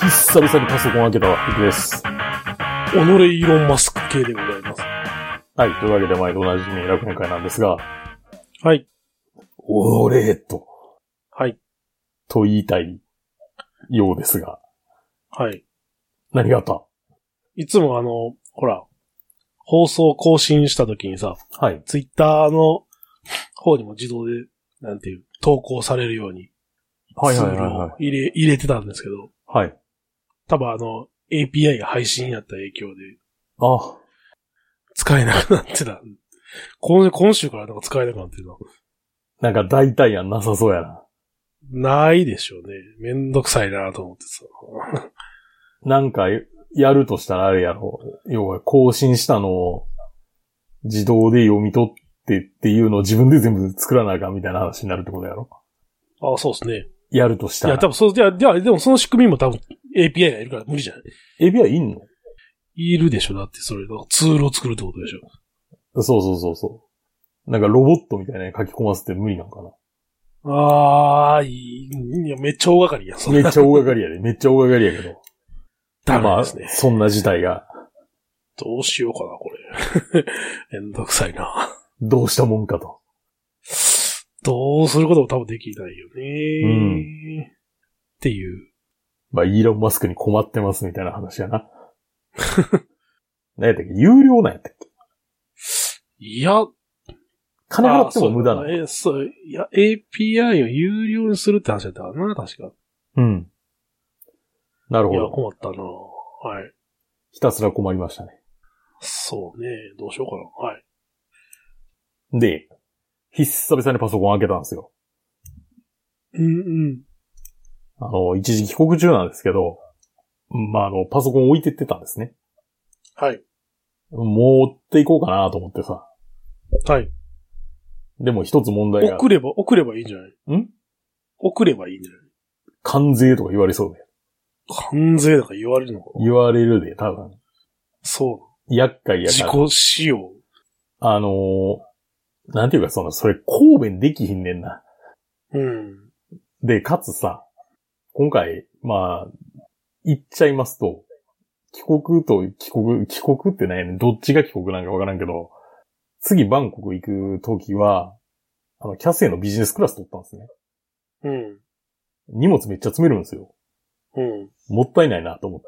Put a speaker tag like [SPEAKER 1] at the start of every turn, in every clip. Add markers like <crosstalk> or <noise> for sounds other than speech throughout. [SPEAKER 1] 久々にパソコン開けたわ。いくです。
[SPEAKER 2] 己イーロン・マスク系でございます。
[SPEAKER 1] はい。というわけで、毎度おなじみ楽園会なんですが、
[SPEAKER 2] はい。
[SPEAKER 1] オーレット
[SPEAKER 2] はい。
[SPEAKER 1] と言いたいようですが、
[SPEAKER 2] はい。
[SPEAKER 1] 何があった
[SPEAKER 2] いつもあの、ほら、放送更新した時にさ、
[SPEAKER 1] はい。
[SPEAKER 2] ツイッターの方にも自動で、なんていう、投稿されるように、
[SPEAKER 1] はいはい
[SPEAKER 2] ツ
[SPEAKER 1] は
[SPEAKER 2] ー
[SPEAKER 1] い
[SPEAKER 2] ル
[SPEAKER 1] は
[SPEAKER 2] を
[SPEAKER 1] い。
[SPEAKER 2] 入れ、入れてたんですけど、
[SPEAKER 1] はい。
[SPEAKER 2] 多分あの、API が配信やった影響で、
[SPEAKER 1] あ、
[SPEAKER 2] 使えなくなってた。今今週からなんか使えなくなってる
[SPEAKER 1] なんか大体案なさそうやな。
[SPEAKER 2] な。ないでしょうね。めんどくさいなと思ってさ。
[SPEAKER 1] なんか、やるとしたらあれやろ。要は、更新したのを自動で読み取ってっていうのを自分で全部作らなあかんみたいな話になるってことやろ。
[SPEAKER 2] あ、そうですね。
[SPEAKER 1] やるとした
[SPEAKER 2] いや、
[SPEAKER 1] ら
[SPEAKER 2] 多。分そう、いや、いやでもその仕組みも多分 API がいるから無理じゃない
[SPEAKER 1] エビはいんの
[SPEAKER 2] いるでしょだってそれのツールを作るってことでしょ
[SPEAKER 1] そうそうそうそう。なんかロボットみたいなのに書き込ませて無理なんかな。
[SPEAKER 2] あー、いい、いや、めっちゃ大掛かりやん。そん
[SPEAKER 1] <laughs> め
[SPEAKER 2] な
[SPEAKER 1] っちゃ大掛かりやで。めっちゃ大掛かりやけど。
[SPEAKER 2] ダメ
[SPEAKER 1] ま
[SPEAKER 2] で
[SPEAKER 1] あ
[SPEAKER 2] すね、。
[SPEAKER 1] そんな事態が、
[SPEAKER 2] どうしようかな、これ。 <laughs> めんどくさいな。
[SPEAKER 1] どうしたもんかと。
[SPEAKER 2] どうすることも多分できないよね。
[SPEAKER 1] うん
[SPEAKER 2] っていう。
[SPEAKER 1] まあ、イーロン・マスクに困ってますみたいな話や
[SPEAKER 2] <laughs>
[SPEAKER 1] な。何やったっけ有料なんやったっけ
[SPEAKER 2] いや、
[SPEAKER 1] 金払って
[SPEAKER 2] あ
[SPEAKER 1] も
[SPEAKER 2] ー
[SPEAKER 1] 無駄なの
[SPEAKER 2] そう。え、そう、いや、API を有料にするって話だったかな、確か。
[SPEAKER 1] うん。なる
[SPEAKER 2] い
[SPEAKER 1] ほ
[SPEAKER 2] や、
[SPEAKER 1] ど。
[SPEAKER 2] 困ったな。はい。
[SPEAKER 1] ひたすら困りましたね。
[SPEAKER 2] そうね。どうしようかな。はい。
[SPEAKER 1] で、久々にパソコン開けたんですよ。
[SPEAKER 2] うんうん。
[SPEAKER 1] あの、一時帰国中なんですけど、まあ、あの、パソコン置いてってたんですね。
[SPEAKER 2] はい。
[SPEAKER 1] 持っていこうかなと思ってさ。
[SPEAKER 2] はい。
[SPEAKER 1] でも一つ問題が、
[SPEAKER 2] 送れば、送ればいいんじゃない
[SPEAKER 1] ん
[SPEAKER 2] 送ればいいんじゃない
[SPEAKER 1] 関税とか言われそうで。
[SPEAKER 2] 関税なんか言われるのか
[SPEAKER 1] 言われるで、多分。
[SPEAKER 2] そ
[SPEAKER 1] 厄介
[SPEAKER 2] う。
[SPEAKER 1] や
[SPEAKER 2] 自
[SPEAKER 1] か
[SPEAKER 2] 己
[SPEAKER 1] ら。
[SPEAKER 2] 使用。
[SPEAKER 1] あのーなんていうか、その、それ、神戸にできひんねんな。
[SPEAKER 2] うん。
[SPEAKER 1] で、かつさ、今回、まあ、言っちゃいますと、帰国と帰国、帰国ってないねんどっちが帰国なんかわからんけど、次バンコク行くときは、あの、キャセイのビジネスクラス取ったんですね。
[SPEAKER 2] うん。
[SPEAKER 1] 荷物めっちゃ詰めるんですよ。
[SPEAKER 2] うん。
[SPEAKER 1] もったいないなと思っ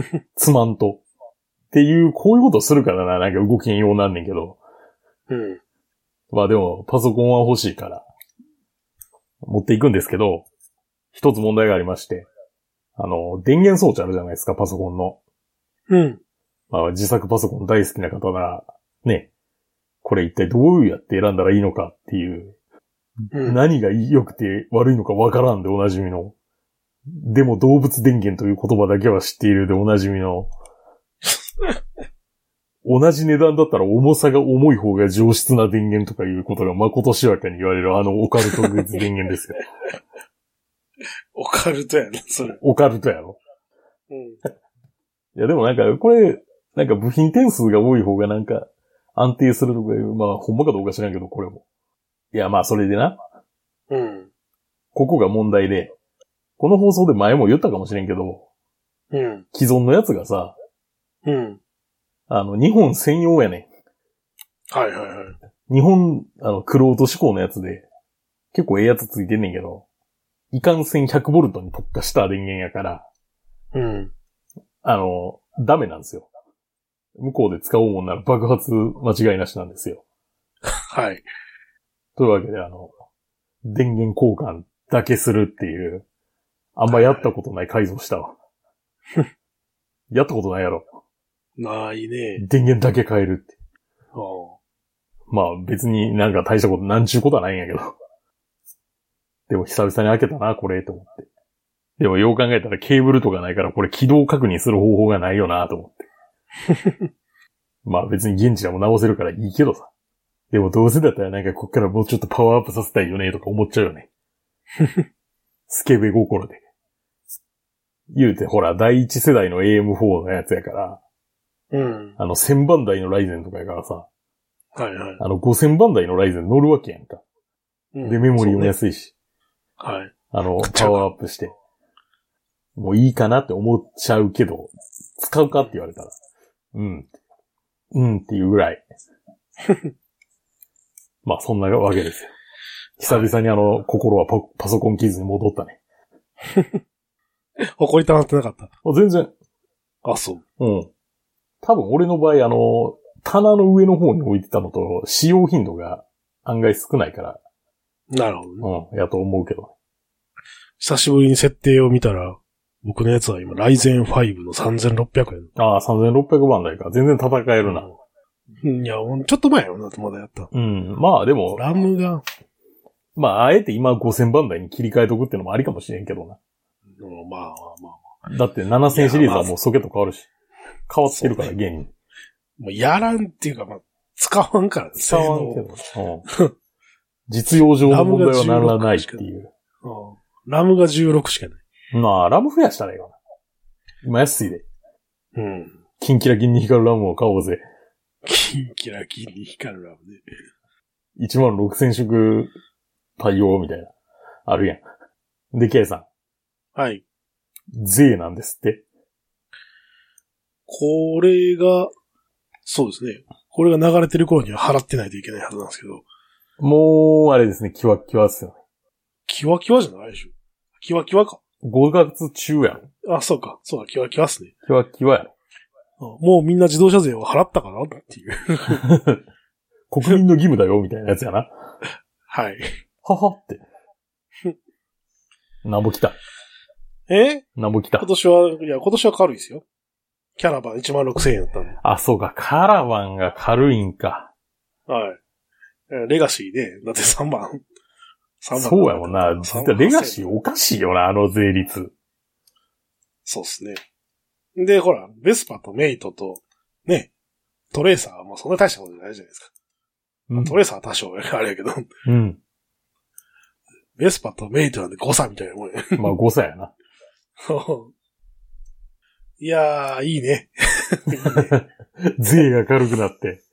[SPEAKER 1] て。つまんと。っていう、こういうことするからな、なんか動きんようなんねんけど。
[SPEAKER 2] うん。
[SPEAKER 1] まあでも、パソコンは欲しいから、持っていくんですけど、一つ問題がありまして、あの、電源装置あるじゃないですか、パソコンの。
[SPEAKER 2] うん。
[SPEAKER 1] まあ自作パソコン大好きな方なら、ね、これ一体どうやって選んだらいいのかっていう、
[SPEAKER 2] うん。
[SPEAKER 1] 何が良くて悪いのかわからんでおなじみの、でも動物電源という言葉だけは知っているでおなじみの、 <laughs> 同じ値段だったら重さが重い方が上質な電源とかいうことが誠しわかに言われるあのオカルトグッズ電源
[SPEAKER 2] <laughs>
[SPEAKER 1] ですよ。
[SPEAKER 2] オカルトやな、それ。
[SPEAKER 1] オカルトやろ。
[SPEAKER 2] うん。
[SPEAKER 1] いやでもなんかこれ、なんか部品点数が多い方がなんか安定するとかいう、まあほんまかどうか知らんけどこれも。いやまあそれでな、
[SPEAKER 2] うん。
[SPEAKER 1] ここが問題で、この放送で前も言ったかもしれんけど、
[SPEAKER 2] うん。
[SPEAKER 1] 既存のやつがさ、
[SPEAKER 2] うん。
[SPEAKER 1] あの、日本専用やね
[SPEAKER 2] はいはいはい。
[SPEAKER 1] ん。日本、あの、クロート志向のやつで、結構ええやつついてんねんけど、いかんせん 100V に特化した電源やから、
[SPEAKER 2] うん。
[SPEAKER 1] あの、ダメなんですよ。向こうで使おうもんなら爆発間違いなしなんですよ。
[SPEAKER 2] はい。
[SPEAKER 1] というわけで、あの、電源交換だけするっていう、あんまやったことない改造したわ。やったことないやろ。
[SPEAKER 2] ないね。
[SPEAKER 1] 電源だけ変えるって。
[SPEAKER 2] ああ
[SPEAKER 1] まあ別になんか大したこと、なんちゅうことはないんやけど。 <laughs> でも久々に開けたな、これ、と思って。でもよう考えたらケーブルとかないから、これ起動確認する方法がないよな、と思って。まあ別に現地でも直せるからいいけどさ。でもどうせだったらなんかこっからもうちょっとパワーアップさせたいよね、とか思っちゃうよね。スケベ心で。言うてほら、第一世代の AM4 のやつやから、
[SPEAKER 2] うん。
[SPEAKER 1] あの1000番台のライゼンとかやからさ、
[SPEAKER 2] はいはい。
[SPEAKER 1] あの5000番台のライゼン乗るわけやんか。
[SPEAKER 2] うん
[SPEAKER 1] で、メモリーも
[SPEAKER 2] そうね
[SPEAKER 1] 安いし、
[SPEAKER 2] はい。
[SPEAKER 1] あの
[SPEAKER 2] く、っちゃ
[SPEAKER 1] パ
[SPEAKER 2] うか
[SPEAKER 1] ワーアップして。もういいかなって思っちゃうけど、使うかって言われたら、うん。うんっていうぐら
[SPEAKER 2] <laughs>
[SPEAKER 1] い。まあ、そんなわけですよ。久々にあの、心はパパソコン傷に戻ったね。
[SPEAKER 2] 誇りたまってなかった。
[SPEAKER 1] あ全然、
[SPEAKER 2] あ、そう。
[SPEAKER 1] うん。多分俺の場合、あの、棚の上の方に置いてたのと、使用頻度が案外少ないから、
[SPEAKER 2] なるほどね。
[SPEAKER 1] うん、やと思うけど。
[SPEAKER 2] 久しぶりに設定を見たら、僕のやつは今、ライゼン5の3600円。
[SPEAKER 1] ああ、3600番台か。全然戦えるな。
[SPEAKER 2] うんいや、ほんちょっと前よな、まだやった。
[SPEAKER 1] うん。まあでも、
[SPEAKER 2] ラムが、
[SPEAKER 1] まああえて今5000番台に切り替えとくってのもありかもしれんけどな。
[SPEAKER 2] うんまあまあまあ。
[SPEAKER 1] だって7000シリーズはもうソケット変わるし。変わってるから、
[SPEAKER 2] そう
[SPEAKER 1] 現
[SPEAKER 2] ね
[SPEAKER 1] に。
[SPEAKER 2] もうやらんっていうか、まあ、使わんから、
[SPEAKER 1] 使わんけ
[SPEAKER 2] 性
[SPEAKER 1] ど。うん実用上の問題はならないっていう。
[SPEAKER 2] 能をうんラムが16しかない。
[SPEAKER 1] まあ、ラム増やしたらいいかな。今安いで。
[SPEAKER 2] うん。
[SPEAKER 1] キンキラキンに光るラムを買おうぜ。
[SPEAKER 2] キンキラキンに光るラムね。
[SPEAKER 1] 1万6000色対応みたいな。あるやん。で、ケイさ
[SPEAKER 2] はい。
[SPEAKER 1] ん。税なんですって。
[SPEAKER 2] これが、そうですね。これが流れてる頃には払ってないといけないはずなんですけど、
[SPEAKER 1] もう、あれですね、キワッキワっすよね。
[SPEAKER 2] キワキワじゃないでしょ。キワキワか。
[SPEAKER 1] 5月中やろ。
[SPEAKER 2] あ、そうか。そうだ、キワキワっすね。
[SPEAKER 1] キワッキワやろ。
[SPEAKER 2] うんもうみんな自動車税を払ったかなっていう。
[SPEAKER 1] 国民の義務だよ、みたいなやつやな。
[SPEAKER 2] はい。
[SPEAKER 1] <laughs> はは <laughs> って。なんぼ来た。
[SPEAKER 2] え
[SPEAKER 1] なんぼ来た
[SPEAKER 2] 今。年は、いや、今年は軽いですよ。キャラバン1万6000円だったんで。
[SPEAKER 1] あ、そうか、カラバンが軽いんか。
[SPEAKER 2] はい。えーレガシーで、だって3番。3番
[SPEAKER 1] そうやもんな。実はレガシ
[SPEAKER 2] ー。
[SPEAKER 1] ーおかしいよな、あの税率。
[SPEAKER 2] そうっすね。で、ほら、ベスパとメイトと、ね、トレーサーはもうそんな大したことじゃないじゃないですか。
[SPEAKER 1] うん
[SPEAKER 2] トレーサーは多少あれやけど、
[SPEAKER 1] うん。
[SPEAKER 2] ベスパとメイトなんで誤差みたいなもんや。 <laughs>
[SPEAKER 1] まあ、誤差や <laughs> な。
[SPEAKER 2] いやー、い
[SPEAKER 1] <laughs>
[SPEAKER 2] いね。いいね
[SPEAKER 1] 税が軽くなって。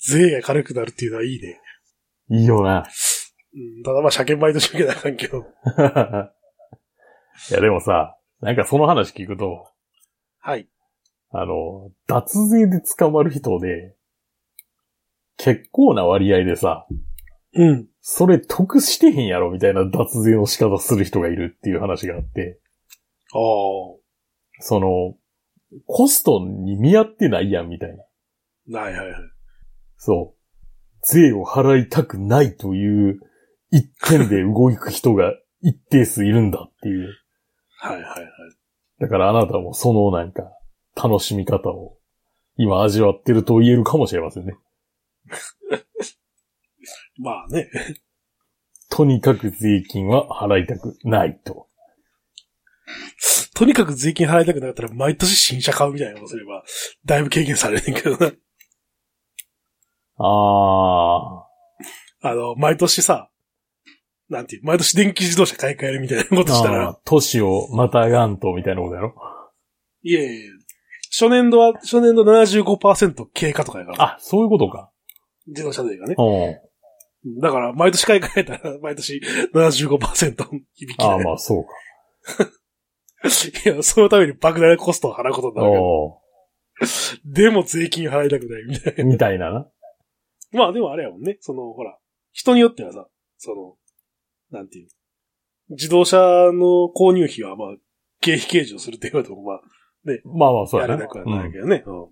[SPEAKER 2] 税が軽くなるっていうのはいいね。
[SPEAKER 1] いいよな。 <laughs>
[SPEAKER 2] うん、ただまあ、車検バイトしなきゃならんけど。
[SPEAKER 1] いや、でもさ、なんかその話聞くと、
[SPEAKER 2] はい。
[SPEAKER 1] あの、脱税で捕まる人で、結構な割合でさ、
[SPEAKER 2] うん。
[SPEAKER 1] それ得してへんやろみたいな脱税の仕方する人がいるっていう話があって、
[SPEAKER 2] あー、
[SPEAKER 1] その、コストに見合ってないやんみたいな。
[SPEAKER 2] ないはいはい。
[SPEAKER 1] そう。税を払いたくないという一点で動く人が一定数いるんだっていう。
[SPEAKER 2] はいはいはい。
[SPEAKER 1] だからあなたもそのなんか、楽しみ方を今味わってると言えるかもしれませんね。
[SPEAKER 2] まあね。
[SPEAKER 1] とにかく税金は払いたくないと。
[SPEAKER 2] とにかく税金払いたくなかったら、毎年新車買うみたいなことすれば、だいぶ軽減されるんけどな。
[SPEAKER 1] あ
[SPEAKER 2] あの、毎年さ、なんていう、毎年電気自動車買い替えるみたいなこ
[SPEAKER 1] ー。
[SPEAKER 2] とした
[SPEAKER 1] あ
[SPEAKER 2] ら、
[SPEAKER 1] ー都市をまたがんとみたいなことやろ
[SPEAKER 2] いえいえ、初年度は、初年度75%経過とかやから、
[SPEAKER 1] あ、そういうことか。
[SPEAKER 2] 自動車税がね。
[SPEAKER 1] うん。
[SPEAKER 2] だから、毎年買い替えたら、毎年75%響き
[SPEAKER 1] ああ、
[SPEAKER 2] だよ。
[SPEAKER 1] まあそう <laughs> か。
[SPEAKER 2] いや、そのために莫大なコストを払うことになるけど、
[SPEAKER 1] お
[SPEAKER 2] でも税金払いたくないみたい
[SPEAKER 1] ーみたいなな。
[SPEAKER 2] な。まあでもあれやもんね、その、ほら、人によってはさ、その、なんていう、自動車の購入費は、まあ、経費計上するっていうのも、まあ、
[SPEAKER 1] <laughs> まあまあそう
[SPEAKER 2] や
[SPEAKER 1] や
[SPEAKER 2] れ
[SPEAKER 1] な。
[SPEAKER 2] なくはないけどね。うん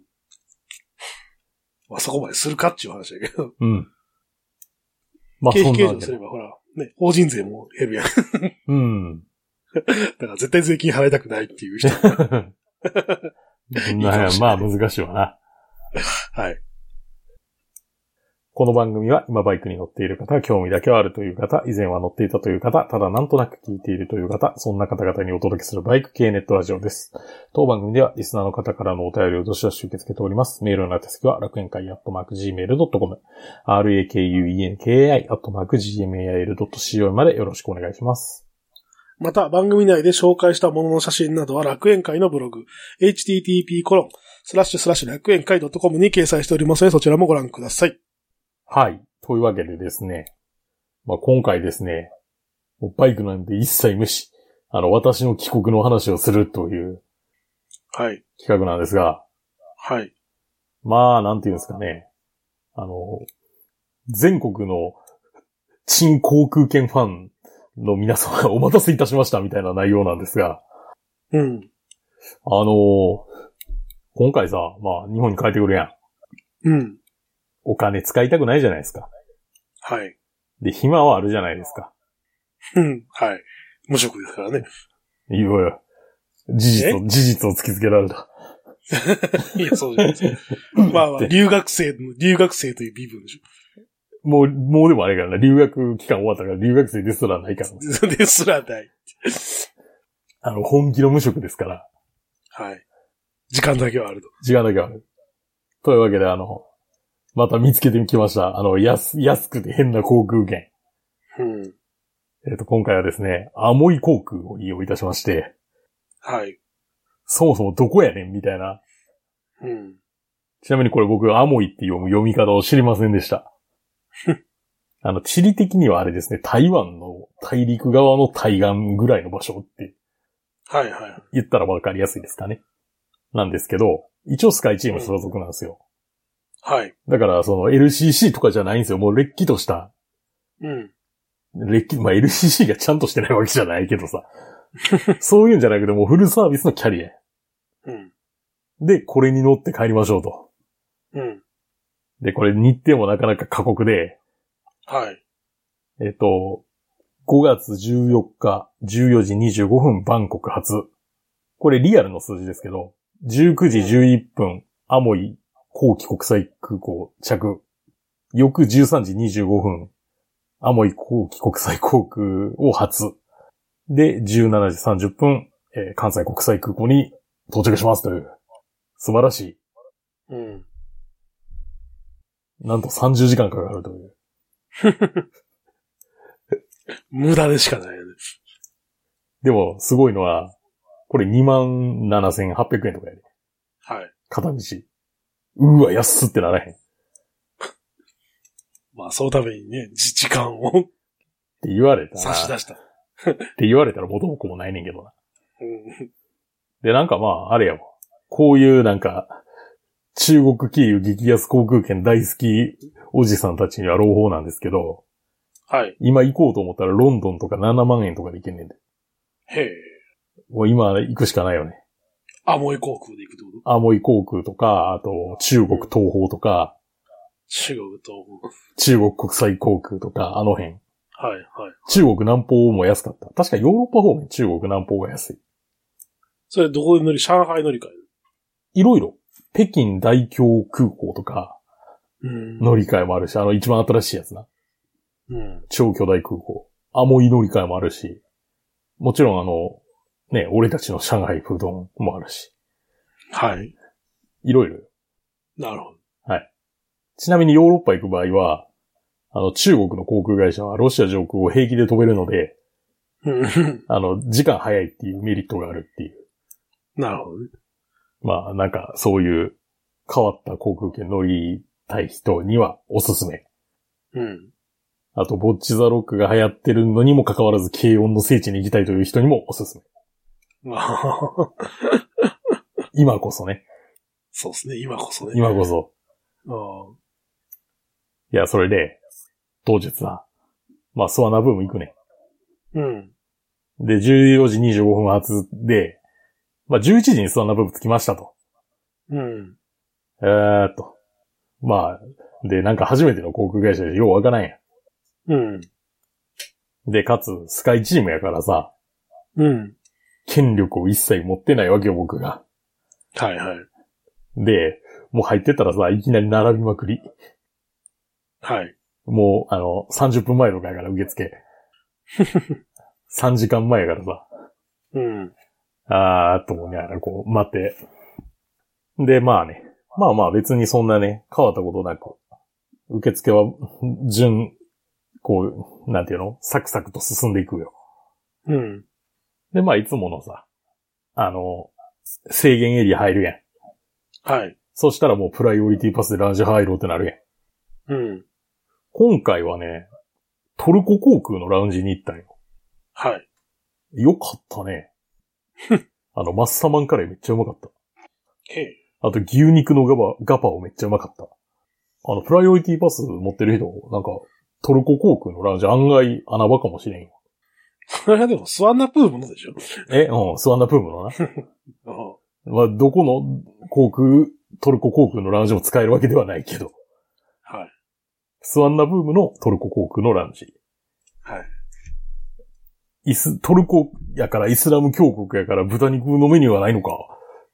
[SPEAKER 2] まあそこまでするかっていう話だけど。
[SPEAKER 1] うん。うん。まあ
[SPEAKER 2] 経
[SPEAKER 1] そ
[SPEAKER 2] 費
[SPEAKER 1] ん
[SPEAKER 2] 計
[SPEAKER 1] なわ
[SPEAKER 2] 上
[SPEAKER 1] け
[SPEAKER 2] す
[SPEAKER 1] だ
[SPEAKER 2] れば、ほら、ね、法人税も減るやん。だ
[SPEAKER 1] <laughs> うん。
[SPEAKER 2] から絶対税金払いたくないっ
[SPEAKER 1] <laughs>
[SPEAKER 2] ていう人。いかもしれ
[SPEAKER 1] な
[SPEAKER 2] ない
[SPEAKER 1] まあ難しいわな。
[SPEAKER 2] はい。
[SPEAKER 1] この番組は今バイクに乗っている方、興味だけはあるという方、以前は乗っていたという方、ただなんとなく聞いているという方、そんな方々にお届けするバイク系ネットラジオです。当番組ではリスナーの方からのお便りをどしどし受け付けております。メールの宛先は楽園会アットマーク Gmail.com、rakuenki アットマーク Gmail.co までよろしくお願いします。
[SPEAKER 2] また、番組内で紹介したものの写真などは楽園会のブログ、http コロン、スラッシュスラッシュ楽園会 .com に掲載しておりますので、そちらもご覧ください。
[SPEAKER 1] はい。というわけでですね。まあ、今回ですね、もうバイクなんて一切無視。あの、私の帰国の話をするという
[SPEAKER 2] はい。
[SPEAKER 1] 企画なんですが、
[SPEAKER 2] はい。
[SPEAKER 1] まあ、なんていうんですかね。あの、全国の、 <laughs> 新航空券ファンの皆様 <laughs> お待たせいたしましたみたいな内容なんですが、
[SPEAKER 2] うん。
[SPEAKER 1] あの、今回さ、まあ、日本に帰ってくるやん。
[SPEAKER 2] うん。
[SPEAKER 1] お金使いたくないじゃないですか。
[SPEAKER 2] はい。
[SPEAKER 1] で、暇はあるじゃないですか。
[SPEAKER 2] うん。はい。無職ですからね。
[SPEAKER 1] いよいよ。事実を、事実を突きつけられた。
[SPEAKER 2] <laughs> いや、そうじゃないですか。まあまあ、留学生の、留学生という身分でし
[SPEAKER 1] もう、もうでもあれからな、留学期間終わったから留学生ですらないから。
[SPEAKER 2] ょ。ですらない。
[SPEAKER 1] あの、本気の無職ですから。
[SPEAKER 2] はい。時間だけはあると。
[SPEAKER 1] 時間だけある。というわけで、あの、また見つけてきました。あの、安、安くて変な航空券。
[SPEAKER 2] うん。
[SPEAKER 1] えっ、と、今回はですね、アモイ航空を利用いたしまして、
[SPEAKER 2] はい。
[SPEAKER 1] そもそもどこやねんみたいな。
[SPEAKER 2] うん。
[SPEAKER 1] ちなみにこれ僕、アモイって読む読み方を知りませんでした。あの、地理的にはあれですね、台湾の大陸側の対岸ぐらいの場所って
[SPEAKER 2] はいはい。
[SPEAKER 1] 言ったらわかりやすいですかね。なんですけど、一応スカイチーム所属なんですよ。
[SPEAKER 2] はい。
[SPEAKER 1] だから、その LCC とかじゃないんですよ。もうれっきとした
[SPEAKER 2] うん。
[SPEAKER 1] れっきまあ、LCC がちゃんとしてないわけじゃないけどさ。そういうんじゃなくて、もうフルサービスのキャリア。
[SPEAKER 2] うん。
[SPEAKER 1] で、これに乗って帰りましょうと。
[SPEAKER 2] うん。
[SPEAKER 1] で、これ日程もなかなか過酷で、
[SPEAKER 2] はい。
[SPEAKER 1] えっと、5月14日、14時25分、バンコク発。これリアルの数字ですけど、19時11分、アモイ、後期国際空港着。翌13時25分、アモイ後期国際航空を発。で、17時30分、えー関西国際空港に到着しますという。素晴らしい。
[SPEAKER 2] うん。
[SPEAKER 1] なんと30時間かかるという。
[SPEAKER 2] 無駄でしかないよね。
[SPEAKER 1] でも、すごいのは、これ27,800円とかやで。
[SPEAKER 2] はい。
[SPEAKER 1] 片道。うーわ、安っってならへん。っ
[SPEAKER 2] まあ、そのためにね、じ時間を
[SPEAKER 1] て言われたら、
[SPEAKER 2] 差し
[SPEAKER 1] っ
[SPEAKER 2] 出した。
[SPEAKER 1] て言われたら元も子もないねんけどな。
[SPEAKER 2] うん。
[SPEAKER 1] で、なんかまあ、あれやわ。こういうなんか、中国経由激安航空券大好きおじさんたちには朗報なんですけど、
[SPEAKER 2] はい。
[SPEAKER 1] 今行こうと思ったらロンドンとか7万円とかで行けんねんで。
[SPEAKER 2] へえ。
[SPEAKER 1] もう今行くしかないよね。
[SPEAKER 2] アモイ航空で行くってこと
[SPEAKER 1] アモイ航空とか、あと中国東方とか、
[SPEAKER 2] 中国と。
[SPEAKER 1] 中国国際航空とか、あの辺。
[SPEAKER 2] はい、はい。
[SPEAKER 1] 中国南方も安かった。確かヨーロッパ方面、中国南方が安い。
[SPEAKER 2] それ、どこで乗り、上海乗り換え
[SPEAKER 1] いろいろ。北京大京空港とか、
[SPEAKER 2] うん
[SPEAKER 1] 乗り換えもあるし、あの一番新しいやつな。
[SPEAKER 2] うん。
[SPEAKER 1] 超巨大空港。アモイ乗り換えもあるし、もちろんあの、ね、俺たちの上海風丼もあるし、
[SPEAKER 2] はい。
[SPEAKER 1] いろいろよ。
[SPEAKER 2] なるほど。
[SPEAKER 1] ちなみにヨーロッパ行く場合は、あの中国の航空会社はロシア上空を平気で飛べるので、
[SPEAKER 2] うん。 <laughs>
[SPEAKER 1] あの、時間早いっていうメリットがあるっていう。
[SPEAKER 2] なるほどね。
[SPEAKER 1] まあ、なんか、そういう変わった航空券乗りたい人にはおすすめ。
[SPEAKER 2] うん。
[SPEAKER 1] あと、ボッチザロックが流行ってるのにもかかわらず、軽音の聖地に行きたいという人にもおすすめ。
[SPEAKER 2] まあ、
[SPEAKER 1] 今こそね。
[SPEAKER 2] そうですね、今こそね。
[SPEAKER 1] 今こそ。
[SPEAKER 2] あ
[SPEAKER 1] いや、それで、当日は、まあ、ソアナブーム行くね。
[SPEAKER 2] あうん。
[SPEAKER 1] で、14時25分発で、まあ、11時にソアナブーム着きましたと。
[SPEAKER 2] うん。
[SPEAKER 1] えーっと。まあ、で、なんか初めての航空会社でようわからんや
[SPEAKER 2] うん。
[SPEAKER 1] ん。で、かつ、スカイチームやからさ、
[SPEAKER 2] うん。
[SPEAKER 1] 権力を一切持ってないわけよ、僕が。
[SPEAKER 2] はいはい。
[SPEAKER 1] で、もう入ってったらさ、いきなり並びまくり。
[SPEAKER 2] はい。
[SPEAKER 1] もう、あの、30分前とかやから受付。3時間前やからさ、
[SPEAKER 2] うん。
[SPEAKER 1] あーっと思いながらこう、待って。で、まあね。まあまあ別にそんなね、変わったことなく。受付は、順、こう、なんていうのサクサクと進んでいくよ。
[SPEAKER 2] うん。
[SPEAKER 1] で、まあいつものさ、あの、制限エリア入るやん。
[SPEAKER 2] はい。
[SPEAKER 1] そしたらもうプライオリティパスでランジ入ろうってなるやん。
[SPEAKER 2] うん。
[SPEAKER 1] 今回はね、トルコ航空のラウンジに行ったんよ。
[SPEAKER 2] はい。
[SPEAKER 1] よかったね。 <laughs> あの、マッサマンカレーめっちゃうまかった。
[SPEAKER 2] へえ。
[SPEAKER 1] あと、牛肉のガバ、ガパオめっちゃうまかった。あの、プライオリティパス持ってる人、なんか、トルコ航空のラウンジ案外穴場かもしれんよ。
[SPEAKER 2] そ <laughs> れはでもスワンナプーものでしょ。
[SPEAKER 1] え、うん、スワンダプームのな。
[SPEAKER 2] あ
[SPEAKER 1] まあ、どこの航空、トルコ航空のラウンジも使えるわけではないけど、
[SPEAKER 2] あはい。
[SPEAKER 1] スワンナブームのトルコ航空のラウンジ。
[SPEAKER 2] はい。
[SPEAKER 1] イス、トルコやからイスラム教国やから豚肉のメニューはないのか。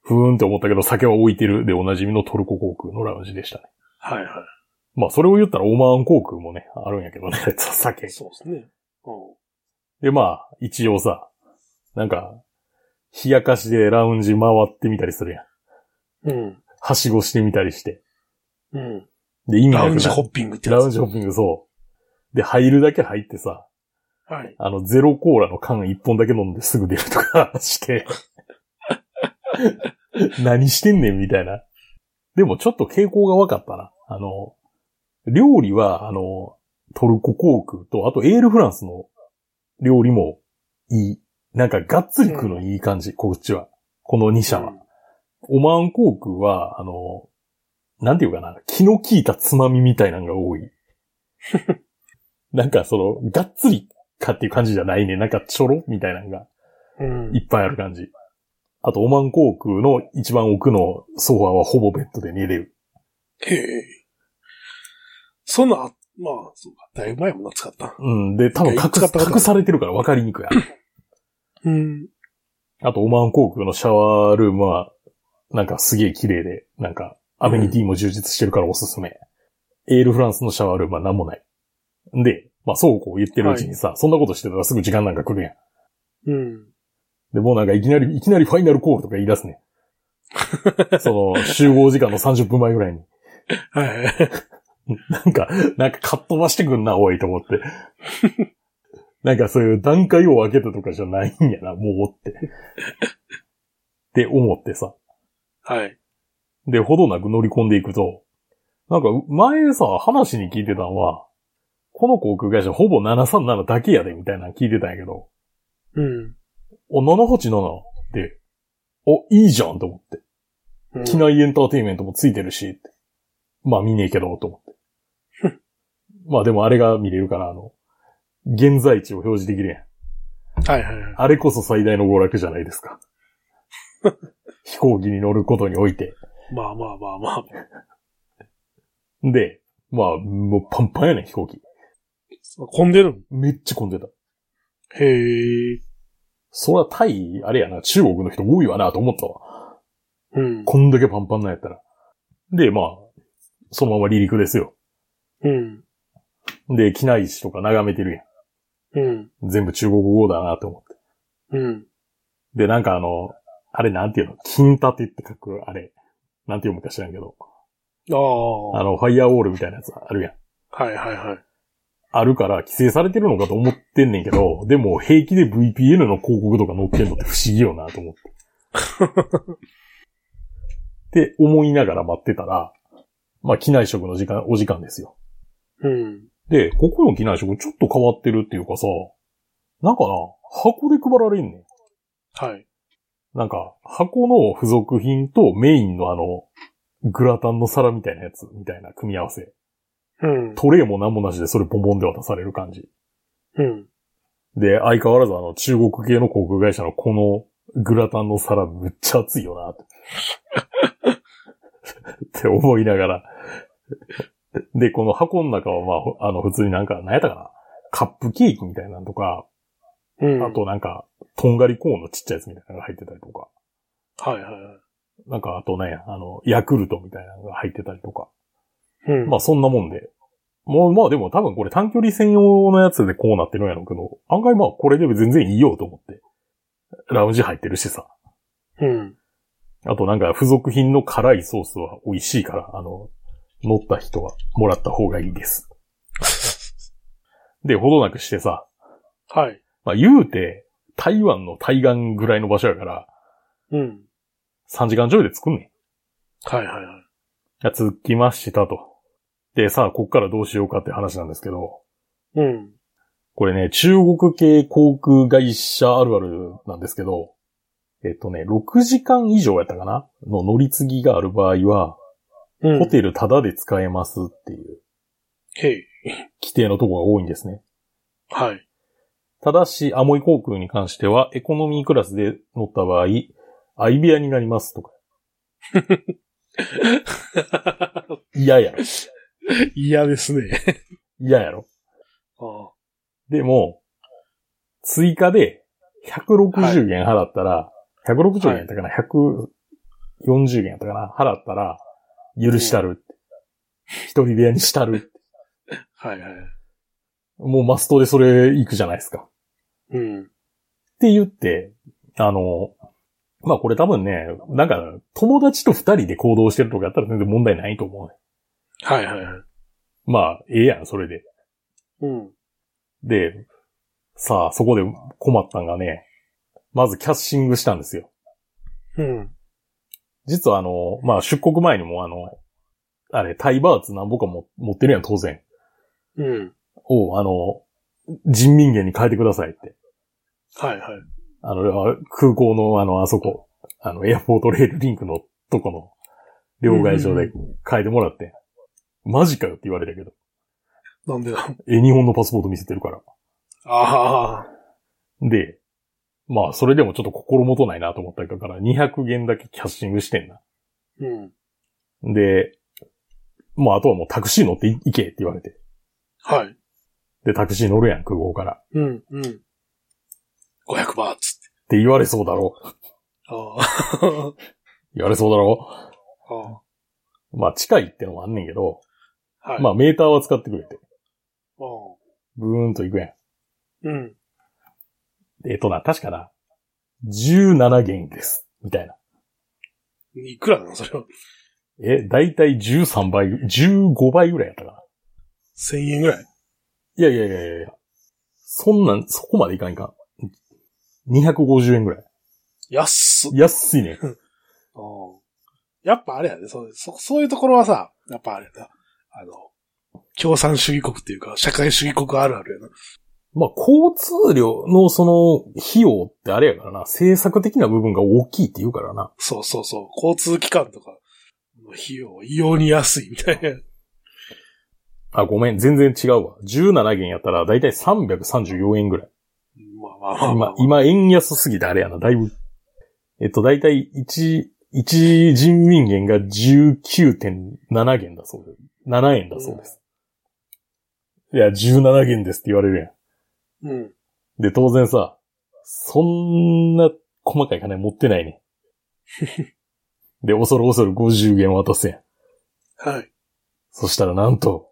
[SPEAKER 1] ふーんって思ったけど酒は置いてるでおなじみのトルコ航空のラウンジでしたね。
[SPEAKER 2] はいは
[SPEAKER 1] まあそれを言ったらオマーン航空もね、あるんやけどね、 <laughs> 酒
[SPEAKER 2] い。。そうですね。うん。
[SPEAKER 1] でまあ、一応さ、なんか、冷やかしでラウンジ回ってみたりするやん。
[SPEAKER 2] うん。
[SPEAKER 1] はしごしてみたりして。
[SPEAKER 2] うん。
[SPEAKER 1] で、意味なく
[SPEAKER 2] ラ
[SPEAKER 1] ない
[SPEAKER 2] ウンジホッピングってや
[SPEAKER 1] ラ
[SPEAKER 2] つ。
[SPEAKER 1] ウンジホッピング、そう。で、入るだけ入ってさ、
[SPEAKER 2] はい。
[SPEAKER 1] あの、ゼロコーラの缶一本だけ飲んですぐ出るとかして、 <laughs> 何してんねんみたいな。でもちょっと傾向が分かったな。あの、料理は、あの、トルコ航空と、あとエールフランスの料理もいい。なんかがっつり食うのいい感じ、こっちは。この2社は。オマーン航空は、あの、なんていうかな、気の利いたつまみみたいなのが
[SPEAKER 2] <laughs>
[SPEAKER 1] 多い。なんかその、がっつりかっていう感じじゃないね。なんかちょろみたいなのが
[SPEAKER 2] うん。うん
[SPEAKER 1] いっぱいある感じ。あと、オマン航空の一番奥のソファーはほぼベッドで寝れる。
[SPEAKER 2] へえ。そんな、まあ、そうか。だいぶ前もな使った。
[SPEAKER 1] うん。で、多分隠
[SPEAKER 2] いや使ったことある
[SPEAKER 1] 隠されてるから分かりにくい。
[SPEAKER 2] うん。
[SPEAKER 1] あと、オマン航空のシャワールームは、なんかすげえ綺麗で、なんか、アメニティも充実してるからおすすめ。エールフランスのシャワールームはなんもない。で、まあ、そうこう言ってるうちにさ、そんなことしてたらすぐ時間なんか来るやん。
[SPEAKER 2] うん。
[SPEAKER 1] で、もうなんかいきなり、いきなりファイナルコールとか言い出すね。その、集合時間の30分前ぐらいに。
[SPEAKER 2] はい。
[SPEAKER 1] なんか、なんかかっ飛ばしてくんな、おい、と思って。なんかそういう段階を分けたとかじゃないんやな、もうって。って思ってさ。
[SPEAKER 2] はい。
[SPEAKER 1] で、ほどなく乗り込んでいくと、なんか前さ、話に聞いてたのは、この航空会社ほぼ737だけやで、みたいなの聞いてたんやけど、
[SPEAKER 2] うん。
[SPEAKER 1] お、787って、お、いいじゃんと思って。
[SPEAKER 2] うん
[SPEAKER 1] 機内エンターテインメントもついてるし、ってまあ見ねえけど、と思って。 <laughs> まあでもあれが見れるから、あの、現在地を表示できるやん。
[SPEAKER 2] はいはいはい。
[SPEAKER 1] あれこそ最大の娯楽じゃないですか。 <laughs> 飛行機に乗ることにおいて。
[SPEAKER 2] まあまあまあまあ。
[SPEAKER 1] で、まあ、もうパンパンやねん、飛行機。
[SPEAKER 2] 混んでるの
[SPEAKER 1] めっちゃ混んでた。
[SPEAKER 2] へえ。
[SPEAKER 1] そらタイ、あれやな、中国の人多いわな、と思ったわ。
[SPEAKER 2] うん。
[SPEAKER 1] こんだけパンパンなんやったら。で、まあ、そのまま離陸ですよ。
[SPEAKER 2] うん。
[SPEAKER 1] で、機内市とか眺めてるや
[SPEAKER 2] うん。
[SPEAKER 1] ん。全部中国語だな、と思って。
[SPEAKER 2] うん。
[SPEAKER 1] で、なんかあの、あれなんていうの金立てって書く、あれ。なんて読むか知らんけど。
[SPEAKER 2] あ
[SPEAKER 1] あ
[SPEAKER 2] あ。
[SPEAKER 1] の、ファイアウォールみたいなやつあるやん。
[SPEAKER 2] はいはいはい。
[SPEAKER 1] あるから規制されてるのかと思ってんねんけど、でも平気で VPN の広告とか載ってんのって不思議よなと思って。って思いながら待ってたら、まあ、機内食の時間、お時間ですよ。
[SPEAKER 2] うん。
[SPEAKER 1] で、ここの機内食ちょっと変わってるっていうかさ、なんかな、箱で配られんねん。
[SPEAKER 2] はい。
[SPEAKER 1] なんか、箱の付属品とメインのあの、グラタンの皿みたいなやつ、みたいな組み合わせ。
[SPEAKER 2] うん。
[SPEAKER 1] トレイも何もなしでそれボンボンで渡される感じ。
[SPEAKER 2] うん。
[SPEAKER 1] で、相変わらずあの、中国系の航空会社のこのグラタンの皿むっちゃ熱いよな <laughs> って。って思いながら。で、この箱の中はまあほ、あの、普通になんか、何やったかな。カップケーキみたいなのとか、
[SPEAKER 2] うん。
[SPEAKER 1] あとなんか、とんがりコーンのちっちゃいやつみたいなのが入ってたりとか。
[SPEAKER 2] はいはいは
[SPEAKER 1] なんか、あとね、あの、ヤクルトみたいなのが入ってたりとか。
[SPEAKER 2] い。うん。
[SPEAKER 1] まあ、そんなもんで。もう、まあでも多分これ短距離専用のやつでこうなってるんやろうけど、案外まあこれで全然いいよと思って。ラウンジ入ってるしさ。
[SPEAKER 2] うん。
[SPEAKER 1] あとなんか付属品の辛いソースは美味しいから、あの、乗った人はもらった方がいいです。 <laughs> で、ほどなくしてさ、
[SPEAKER 2] はい。
[SPEAKER 1] まあ言うて、台湾の対岸ぐらいの場所やから、
[SPEAKER 2] うん。
[SPEAKER 1] 3時間ちょいで着くんねん。
[SPEAKER 2] はいはいはい。
[SPEAKER 1] いや、着きましたと。で、さあ、こっからどうしようかって話なんですけど、
[SPEAKER 2] うん。
[SPEAKER 1] これね、中国系航空会社あるあるなんですけど、えっとね、6時間以上やったかなの乗り継ぎがある場合は、
[SPEAKER 2] うん
[SPEAKER 1] ホテルタダで使えますっていう
[SPEAKER 2] へい。
[SPEAKER 1] 規定のとこが多いんですね。
[SPEAKER 2] はい。
[SPEAKER 1] ただし、アモイ航空に関しては、エコノミークラスで乗った場合、相部屋になりますと
[SPEAKER 2] <laughs>
[SPEAKER 1] か。嫌やろ。
[SPEAKER 2] 嫌ですね。
[SPEAKER 1] 嫌やろ。
[SPEAKER 2] ああ。
[SPEAKER 1] でも、追加で160円払ったら、160円やったかな、140円やったかな払ったら、許したるって。一人部屋にしたるって。
[SPEAKER 2] はいはい。
[SPEAKER 1] もうマストでそれ行くじゃないですか。
[SPEAKER 2] うん。
[SPEAKER 1] って言って、あの、まあこれ多分ね、なんか友達と二人で行動してるとかやったら全然問題ないと思うね。
[SPEAKER 2] はいはいはい。
[SPEAKER 1] まあ、ええやん、それで。
[SPEAKER 2] うん。
[SPEAKER 1] で、さあ、そこで困ったんがね、まずキャッシングしたんですよ。
[SPEAKER 2] うん。
[SPEAKER 1] 実はあの、まあ出国前にもあの、あれ、タイバーツなんぼかも持ってるやん、当然。
[SPEAKER 2] うん。
[SPEAKER 1] を、あの、人民元に変えてくださいって。
[SPEAKER 2] はいはい。
[SPEAKER 1] あの、あ空港のあの、あそこ、あの、エアポートレールリンクのとこの、両替所で変えてもらって、マジかよって言われたけど、
[SPEAKER 2] なんでだ
[SPEAKER 1] え、日本のパスポート見せてるから。
[SPEAKER 2] ああ。
[SPEAKER 1] で、まあ、それでもちょっと心もとないなと思ったから、200元だけキャッシングしてんな。
[SPEAKER 2] うん。
[SPEAKER 1] で、まあ、あとはもうタクシー乗ってい行けって言われて。
[SPEAKER 2] はい。
[SPEAKER 1] で、タクシー乗るやん、空港から。っ
[SPEAKER 2] うん。うん。500バーツって。
[SPEAKER 1] て言われそうだろう。
[SPEAKER 2] ああ。
[SPEAKER 1] 言われそうだろ
[SPEAKER 2] <laughs> あ
[SPEAKER 1] う。まあ、近いってのもあんねんけど、
[SPEAKER 2] あ。はい。
[SPEAKER 1] まあ、メーターは使ってくれて、
[SPEAKER 2] ああ。
[SPEAKER 1] ブーンと行くやん。
[SPEAKER 2] うん。
[SPEAKER 1] えっとな、確かな、17元です。みたいな。
[SPEAKER 2] いくらなの <laughs> それは。
[SPEAKER 1] え、だいたい13倍、15倍ぐらいやったかな。
[SPEAKER 2] 1000円ぐらい。
[SPEAKER 1] いやいやいやいやいやそんなん、そこまでいかんいかん。250円ぐらい。
[SPEAKER 2] 安っ。
[SPEAKER 1] 安いね。
[SPEAKER 2] ああ。やっぱあれやね。そう、そ、そういうところはさ、やっぱあれやな。あの、共産主義国っていうか、社会主義国あるあるやな。
[SPEAKER 1] まあ、交通量のその費用ってあれやからな、政策的な部分が大きいって言うからな。
[SPEAKER 2] そうそうそう。交通機関とかの費用、異様に安いみたいな。
[SPEAKER 1] あ、ごめん、全然違うわ。17元やったらだいたい334円ぐらい。
[SPEAKER 2] まあまあまあまあ、ま
[SPEAKER 1] 今今
[SPEAKER 2] あ、。
[SPEAKER 1] 円安すぎてあれやな、だいぶ。えっと、だいたい1、1人民元が19.7元だそうです。7円だそうです。いや、17元ですって言われるや
[SPEAKER 2] うん。
[SPEAKER 1] ん。で、当然さ、そんな細かい金持ってない
[SPEAKER 2] <laughs>
[SPEAKER 1] ね。で、恐る恐る50元渡せやん。
[SPEAKER 2] はい。 <laughs>
[SPEAKER 1] そしたらなんと、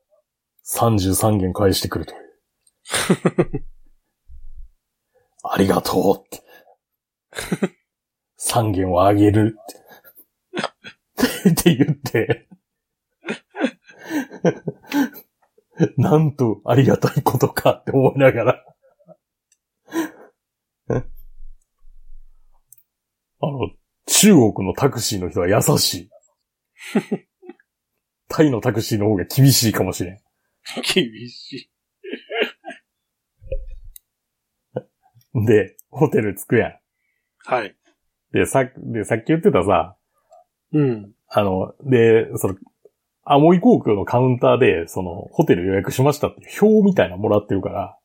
[SPEAKER 1] 33元返してくるという。ありがとうって。3元をあげる <laughs> って。って言って。なんとありがたいことかって思いながら。あの、中国のタクシーの人は優しい。タイのタクシーの方が厳しいかもしれん。
[SPEAKER 2] 厳しい。
[SPEAKER 1] で、ホテル着くやん。
[SPEAKER 2] はい。
[SPEAKER 1] で、さっき、で、さっき言ってたさ、
[SPEAKER 2] うん。
[SPEAKER 1] あの、で、その、アモイ航空のカウンターで、その、ホテル予約しましたっていう表みたいなのもらってるから、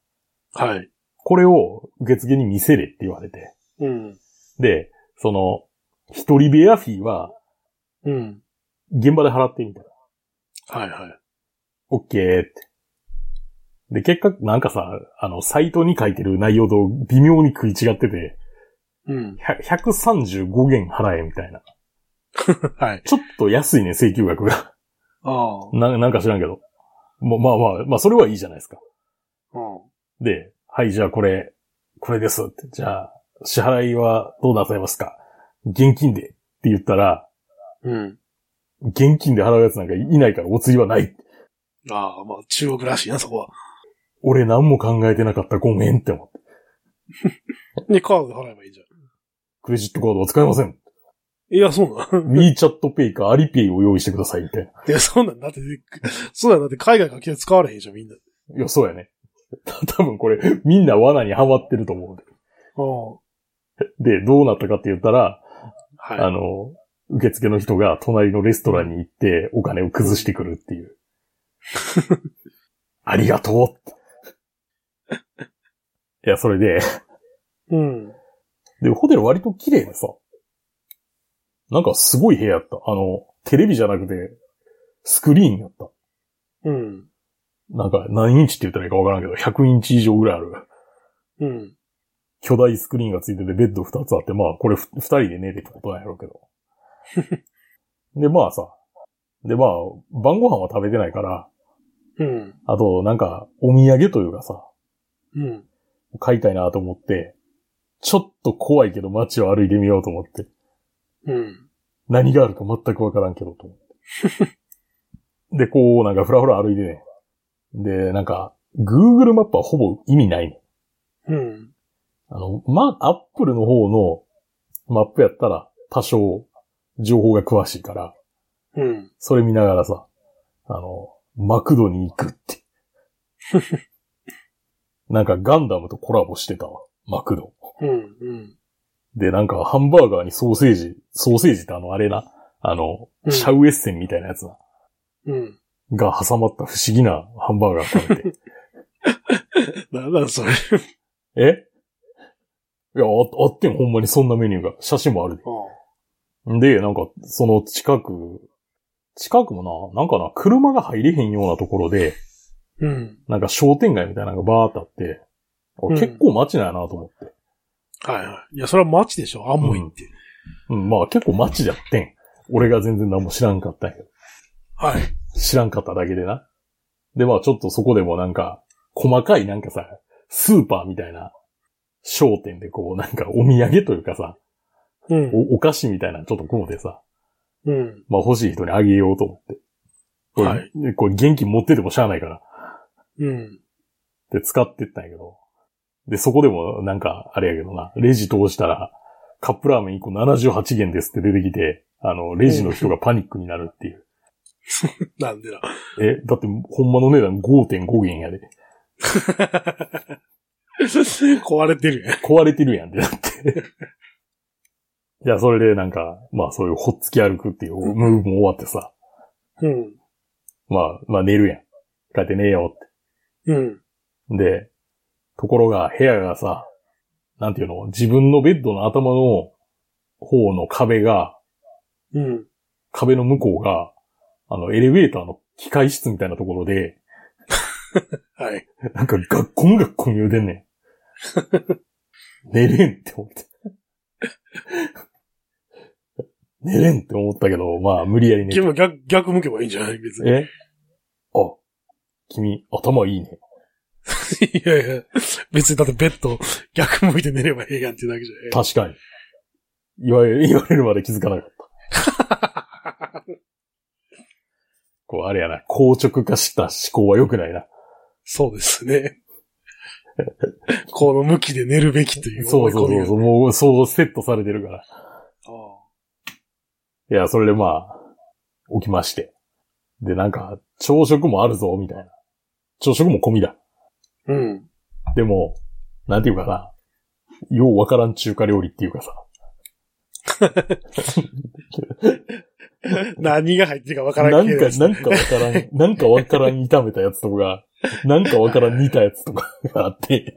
[SPEAKER 2] はい。
[SPEAKER 1] これを受付に見せれって言われて。
[SPEAKER 2] うん。
[SPEAKER 1] で、その、一人部屋フィーは、
[SPEAKER 2] うん。
[SPEAKER 1] 現場で払ってみたいな。
[SPEAKER 2] はいはい。
[SPEAKER 1] オッケーって。で、結果、なんかさ、あの、サイトに書いてる内容と微妙に食い違ってて、
[SPEAKER 2] うん。
[SPEAKER 1] 100 135元払えみたいな。
[SPEAKER 2] はい。
[SPEAKER 1] ちょっと安いね、請求額が。
[SPEAKER 2] ああ。
[SPEAKER 1] な、なんか知らんけど。もうまあまあ、まあそれはいいじゃないですか。
[SPEAKER 2] うん。
[SPEAKER 1] で、はい、じゃあこれ、これですって。じゃあ、支払いはどうなさいますか現金でって言ったら、
[SPEAKER 2] うん。
[SPEAKER 1] 現金で払うやつなんかいないからお釣りはない。
[SPEAKER 2] ああ、まあ中国らしいな、そこは。
[SPEAKER 1] 俺何も考えてなかった、ごめんって思って。
[SPEAKER 2] で、カードで払えばいいじゃ
[SPEAKER 1] クレジットカードは使えません。
[SPEAKER 2] ん。いや、そうなん。 <laughs>
[SPEAKER 1] WeChat Pay か Alipay を用意してください、みたいな。
[SPEAKER 2] <laughs> いや、そうなんだって、そうなんだって海外から来て使われへんじゃん、みんな。
[SPEAKER 1] いや、そうやね。多分これ、みんな罠にはまってると思う。
[SPEAKER 2] お
[SPEAKER 1] で、どうなったかって言ったら、
[SPEAKER 2] はい。
[SPEAKER 1] あの、受付の人が隣のレストランに行ってお金を崩してくるって
[SPEAKER 2] <laughs>
[SPEAKER 1] いう。ありがとういや、それで、
[SPEAKER 2] うん。
[SPEAKER 1] で、ホテル割と綺麗でさ、なんかすごい部屋やった。あの、テレビじゃなくて、スクリーンやった。
[SPEAKER 2] うん。
[SPEAKER 1] なんか何インチって言ったらいいかわからんけど、100インチ以上ぐらいある。
[SPEAKER 2] うん。
[SPEAKER 1] 巨大スクリーンがついてて、ベッド2つあって、まあ、これふ2人で寝てってことなんやろうけど。で、まあさ。で、まあ、晩ご飯は食べてないから、
[SPEAKER 2] うん。
[SPEAKER 1] あと、なんか、お土産というかさ、
[SPEAKER 2] うん。
[SPEAKER 1] 買いたいなと思って、ちょっと怖いけど街を歩いてみようと思って、
[SPEAKER 2] うん。
[SPEAKER 1] 何があるか全くわからんけど、と思って。で、こう、なんか、ふらふら歩いてね。で、なんか、Google マップはほぼ意味ないね。
[SPEAKER 2] うん。
[SPEAKER 1] あの、ま、アップルの方のマップやったら多少情報が詳しいから、
[SPEAKER 2] うん。
[SPEAKER 1] それ見ながらさ、あの、マクドに行く
[SPEAKER 2] <laughs>
[SPEAKER 1] って。なんかガンダムとコラボしてたわ、マクド。
[SPEAKER 2] うん。うん。
[SPEAKER 1] で、なんかハンバーガーにソーセージ、ソーセージってあの、あれな、あの、
[SPEAKER 2] うん
[SPEAKER 1] シャウエッセンみたいなやつな、
[SPEAKER 2] うん。
[SPEAKER 1] が挟まった不思議なハンバーガー食べ
[SPEAKER 2] <laughs>
[SPEAKER 1] て。
[SPEAKER 2] なんだそれ。
[SPEAKER 1] えいや、ああってん、ほんまにそんなメニューが。写真もあるで。で、なんか、その近く、近くもな、なんかな、車が入れへんようなところで、
[SPEAKER 2] うん。
[SPEAKER 1] なんか商店街みたいなのがバーってあって、あ
[SPEAKER 2] うん
[SPEAKER 1] 結構街なんやなと思って。
[SPEAKER 2] はいはい。いや、それは街でしょアモイって。
[SPEAKER 1] うん、まあ結構街じゃってん。俺が全然何も知らんかったんやけど。
[SPEAKER 2] はい。
[SPEAKER 1] 知らんかっただけでな。で、まあちょっとそこでもなんか、細かいなんかさ、スーパーみたいな商店でこう、なんかお土産というかさ、
[SPEAKER 2] うん。
[SPEAKER 1] おお菓子みたいなのちょっとこうでさ、
[SPEAKER 2] うん。
[SPEAKER 1] まあ欲しい人にあげようと思って。これ、
[SPEAKER 2] はい
[SPEAKER 1] これ現金持っててもしゃあないから。
[SPEAKER 2] うん。
[SPEAKER 1] で使ってったんやけど。で、そこでもなんか、あれやけどな、レジ通したら、カップラーメン1個78元ですって出てきて、あの、レジの人がパニックになるっていう。
[SPEAKER 2] なん <laughs> でだ。
[SPEAKER 1] え、だって、ほんまの値段5.5元やで。
[SPEAKER 2] 壊れてるやん。
[SPEAKER 1] 壊れてるやんって、だって。 <laughs> いや、それでなんか、まあそういうほっつき歩くっていうムーブも終わってさ、
[SPEAKER 2] うん。
[SPEAKER 1] まあ、まあ寝るやん。帰って寝ようっ
[SPEAKER 2] う
[SPEAKER 1] て。
[SPEAKER 2] ん。
[SPEAKER 1] で、ところが部屋がさ、なんていうの、自分のベッドの頭の方の壁が、
[SPEAKER 2] うん。
[SPEAKER 1] 壁の向こうが、あの、エレベーターの機械室みたいなところで、
[SPEAKER 2] はい。
[SPEAKER 1] なんかガッコンガッコン言うてんねん。寝れんって思って。寝れんって思ったけど、まあ、無理やり寝て。
[SPEAKER 2] 君逆、逆向けばいいんじゃない別に。
[SPEAKER 1] えあ、君、頭いいね。
[SPEAKER 2] <laughs> いやいや、別にだってベッド逆向いて寝ればええやんっていうだけじゃ
[SPEAKER 1] 確かに。言われ、 <laughs> 言われるまで気づかなかった。
[SPEAKER 2] ない。
[SPEAKER 1] こう、あれやな、硬直化した思考は良くないな。
[SPEAKER 2] そうですね。この向きで寝るべきという
[SPEAKER 1] そ
[SPEAKER 2] 思
[SPEAKER 1] う
[SPEAKER 2] い
[SPEAKER 1] そう
[SPEAKER 2] 込み
[SPEAKER 1] そ
[SPEAKER 2] が。
[SPEAKER 1] うそう、もう、そうセットされてるから。いや、それでまあ、起きまして。で、なんか、朝食もあるぞ、みたいな。朝食も込みだ。
[SPEAKER 2] ああうん。
[SPEAKER 1] でも、なんていうかな。ようわからん中華料理っていうかさ。
[SPEAKER 2] 何が入ってるかわから
[SPEAKER 1] なんん
[SPEAKER 2] け
[SPEAKER 1] か、
[SPEAKER 2] ど。
[SPEAKER 1] なんかわから
[SPEAKER 2] <laughs>
[SPEAKER 1] ん、なんかわからん炒めたやつとか、なんかわからん煮たやつとか <laughs> があって。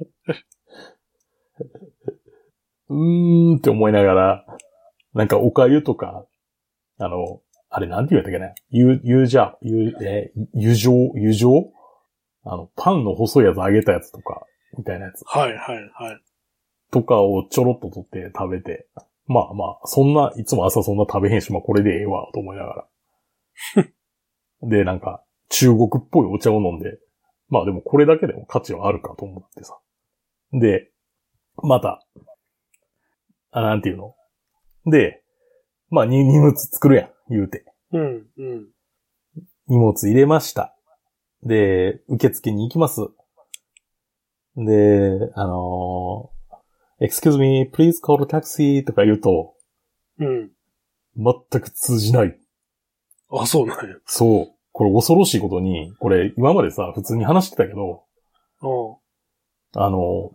[SPEAKER 1] うーんって思いながら、なんかおかゆとか、あの、あれなんて言うんだっけね。ゆ、ゆうじゃ、ゆ、え、ゆじょう、ゆじょうあの、パンの細いやつ揚げたやつとか、みたいなやつ
[SPEAKER 2] はいはいはい。
[SPEAKER 1] とかをちょろっと取って食べて。まあまあ、そんな、いつも朝そんな食べへんし、まあこれでええわ、と思いながら。で、なんか、中国っぽいお茶を飲んで、まあでもこれだけでも価値はあるかと思ってさ。で、また、あ、なんていうので、まあ、に荷物作るやん、言うて。
[SPEAKER 2] うん、うん、
[SPEAKER 1] 荷物入れました。で、受付に行きます。で、あのー excuse me, please call taxi とか言うと、
[SPEAKER 2] うん。
[SPEAKER 1] 全く通じない。
[SPEAKER 2] あ、そうなんや。
[SPEAKER 1] そう。これ恐ろしいことに、これ今までさ、普通に話してたけど、
[SPEAKER 2] ああ
[SPEAKER 1] あの、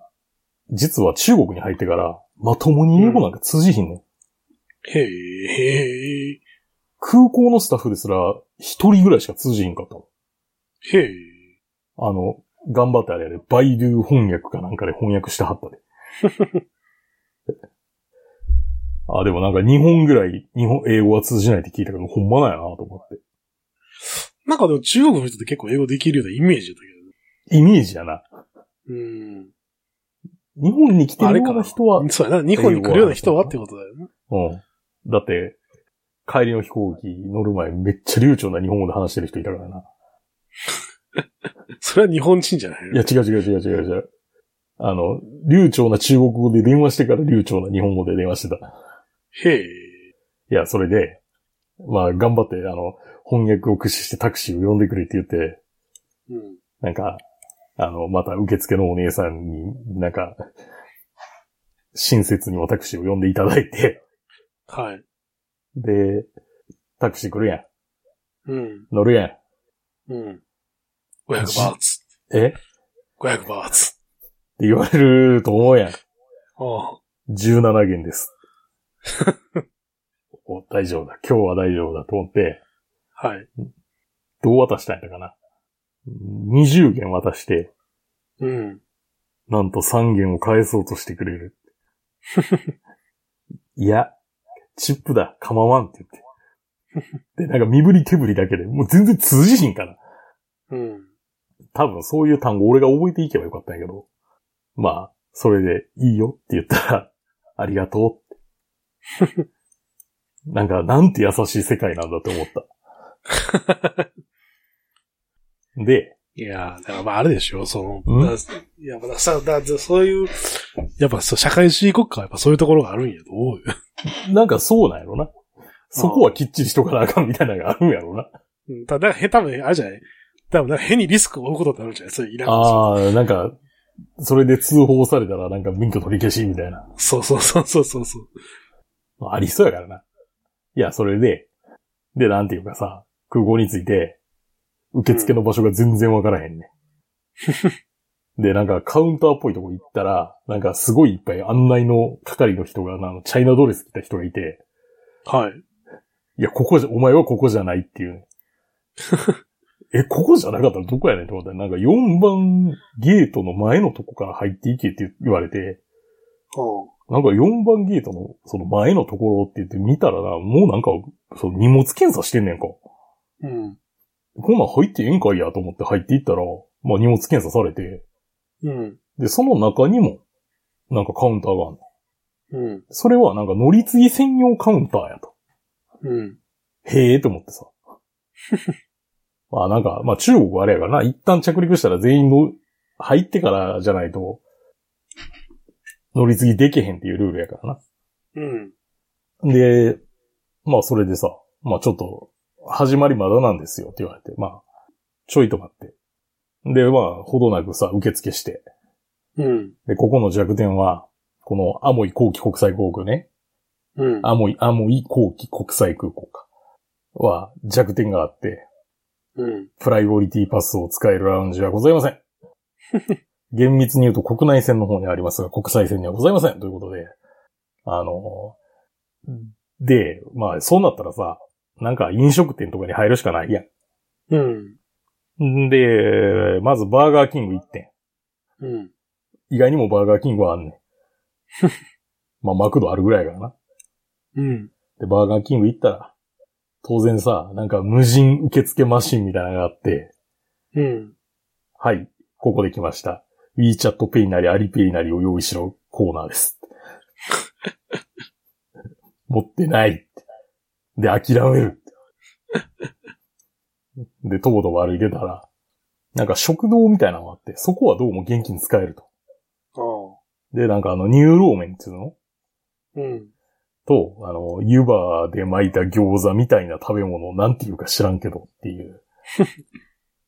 [SPEAKER 1] 実は中国に入ってから、まともに英語なんか通じひんねん。
[SPEAKER 2] へえ、へえ、
[SPEAKER 1] 空港のスタッフですら、一人ぐらいしか通じひんかったもん
[SPEAKER 2] へえ。
[SPEAKER 1] あの、頑張ってあれやで、バイドゥ翻訳かなんかで翻訳してはった
[SPEAKER 2] <laughs>
[SPEAKER 1] で。あ、でもなんか日本ぐらい、日本、英語は通じないって聞いたけど、ほんまなんやなと思って。
[SPEAKER 2] なんかでも中国の人って結構英語できるようなイメージだった
[SPEAKER 1] イメージやな。
[SPEAKER 2] けどね。
[SPEAKER 1] 日本に来て
[SPEAKER 2] あ
[SPEAKER 1] る
[SPEAKER 2] れ
[SPEAKER 1] よ
[SPEAKER 2] か
[SPEAKER 1] うな人は
[SPEAKER 2] う、ん。そうやな。日本に来るような人はってことだよね。
[SPEAKER 1] うん。だって、帰りの飛行機乗る前めっちゃ流暢な日本語で話してる人いたからな。
[SPEAKER 2] それは日本人じゃない
[SPEAKER 1] いや、違う違う違う違う違う。あの、流暢な中国語で電話してから流暢な日本語で電話してた。
[SPEAKER 2] へえ。
[SPEAKER 1] いや、それで、まあ、頑張って、あの、翻訳を駆使してタクシーを呼んでくれって言って、
[SPEAKER 2] うん。
[SPEAKER 1] なんか、あの、また受付のお姉さんに、なんか、親切にもタクシーを呼んでいただいて、
[SPEAKER 2] はい。
[SPEAKER 1] で、タクシー来るやん。
[SPEAKER 2] うん。
[SPEAKER 1] 乗るやん。
[SPEAKER 2] うん。500バーツ。
[SPEAKER 1] えって
[SPEAKER 2] 500バーツ。
[SPEAKER 1] 言われると思うやん。
[SPEAKER 2] ああ。
[SPEAKER 1] 17元です。 <laughs> お大丈夫だ。今日は大丈夫だと思って、
[SPEAKER 2] はい。
[SPEAKER 1] どう渡したんやったかな。20元渡して、
[SPEAKER 2] うん。
[SPEAKER 1] なんと3元を返そうとしてくれる。 <laughs> いや、チップだ、構わんって言って。で、なんか身振り手振りだけで、もう全然通じひんから。
[SPEAKER 2] うん。
[SPEAKER 1] 多分そういう単語俺が覚えていけばよかったんやけど。まあ、それでいいよって言ったら、 <laughs> ありがとうって。 <laughs> なんか、なんて優しい世界なんだって思った。で、
[SPEAKER 2] いやー、だからまああれでしょ、その、
[SPEAKER 1] ん
[SPEAKER 2] だいやっぱさ、だだそういう、やっぱそう社会主義国家はやっぱそういうところがあるんやと思うよ。
[SPEAKER 1] なんかそうなんやろな。そこはきっちりしとかなあかんみたいなのがあるんやろな。
[SPEAKER 2] うんただ、へ、多分あれじゃない多分なんか変にリスクを負うことってあるじゃないそういういらんこ
[SPEAKER 1] ああ、なんか、それで通報されたらなんか免許取り消しみたいな。
[SPEAKER 2] とそうそうそうそうそうそう。
[SPEAKER 1] まあ、ありそうやからな。いや、それで、で、なんていうかさ、空港について、受付の場所が全然わからへんね。で、なんかカウンターっぽいとこ行ったら、なんかすごいいっぱい案内の係の人が、あの、チャイナドレス着た人がいて、
[SPEAKER 2] はい。
[SPEAKER 1] いや、ここじゃ、お前はここじゃないっていう、ね。 <laughs> え、ここじゃなかったらどこやねんって思ったら、なんか4番ゲートの前のとこから入っていけって言われて、
[SPEAKER 2] うん。
[SPEAKER 1] なんか4番ゲートのその前のところって言って見たらな、もうなんか、その荷物検査してんねんか。
[SPEAKER 2] うん。
[SPEAKER 1] こんなん入ってええんかいやと思って入っていったら、まあ荷物検査されて、
[SPEAKER 2] うん。
[SPEAKER 1] で、その中にも、なんかカウンターがある
[SPEAKER 2] うん。
[SPEAKER 1] それはなんか乗り継ぎ専用カウンターやと。
[SPEAKER 2] うん。
[SPEAKER 1] へえと思ってさ。まあなんか、まあ中国はあれやからな、一旦着陸したら全員の、入ってからじゃないと、乗り継ぎできへんっていうルールやからな。
[SPEAKER 2] うん。
[SPEAKER 1] で、まあそれでさ、まあちょっと、始まりまだなんですよって言われて、まあ、ちょいと待って。で、まあ、ほどなくさ、受付して。
[SPEAKER 2] うん。
[SPEAKER 1] で、ここの弱点は、このアモイ後期国際航空ね。
[SPEAKER 2] うん。
[SPEAKER 1] アモイ、アモイ後期国際空港か。は、弱点があって、
[SPEAKER 2] うん。
[SPEAKER 1] プライオリティパスを使えるラウンジはございません。厳密に言うと国内線の方にありますが、国際線にはございませんということで、あの、で、まあ、そうなったらさ、なんか飲食店とかに入るしかないや
[SPEAKER 2] うん。
[SPEAKER 1] ん。んで、まずバーガーキング1点。
[SPEAKER 2] うん。
[SPEAKER 1] 意外にもバーガーキングはあんねん。まあ、マクドあるぐらいやからな。
[SPEAKER 2] うん。
[SPEAKER 1] で、バーガーキング行ったら、当然さ、なんか無人受付マシンみたいなのがあって、
[SPEAKER 2] うん。
[SPEAKER 1] はい、ここで来ました。WeChat Pay なり Alipay なりを用意しろコーナーです。持ってない。で、諦める。で、とぼとぼ歩いてたら、なんか食堂みたいなのがあって、そこはどうも元気に使えると。
[SPEAKER 2] ああ。
[SPEAKER 1] で、なんかあの、ニューローメンっていうの
[SPEAKER 2] うん。
[SPEAKER 1] と、あの、湯葉で巻いた餃子みたいな食べ物、なんていうか知らんけどっていう、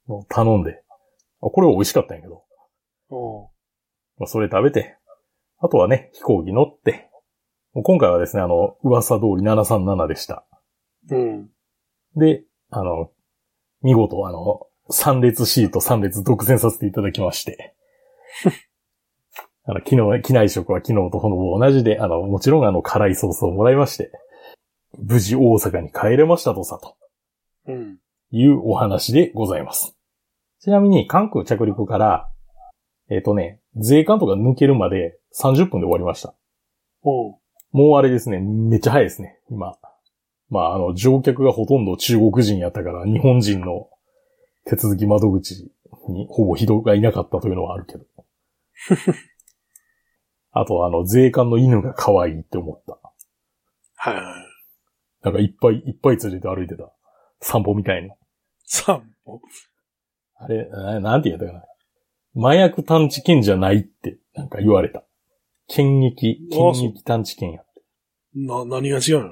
[SPEAKER 1] のを頼んで。あこれは美味しかったんやけど。
[SPEAKER 2] お
[SPEAKER 1] まあ、それ食べて、あとはね、飛行機乗って、もう今回はですね、あの、噂通り737でした。
[SPEAKER 2] うん。
[SPEAKER 1] で、あの、見事、あの、3列シート3列独占させていただきまして、 <laughs> あの、機能、機内食は機能とほぼ同じで、あの、もちろんあの、辛いソースをもらいまして、無事大阪に帰れましたとさ、と
[SPEAKER 2] うん。
[SPEAKER 1] いうお話でございます。ちなみに、関空着陸から、えっ、とね、税関とか抜けるまで30分で終わりました。
[SPEAKER 2] おう
[SPEAKER 1] もうあれですね、めっちゃ早いですね、今。まあ、あの、乗客がほとんど中国人やったから、日本人の手続き窓口にほぼ人がいなかったというのはあるけど。あと、あの、税関の犬が可愛いって思った。
[SPEAKER 2] はいはいはい。
[SPEAKER 1] なんかいっぱいいっぱい連れて歩いてた。散歩みたいな。
[SPEAKER 2] 散歩。
[SPEAKER 1] あれ、ななんて言うんだかな。麻薬探知犬じゃないって、なんか言われた。検疫、
[SPEAKER 2] あ
[SPEAKER 1] 検疫探知犬や。
[SPEAKER 2] な、何が違うの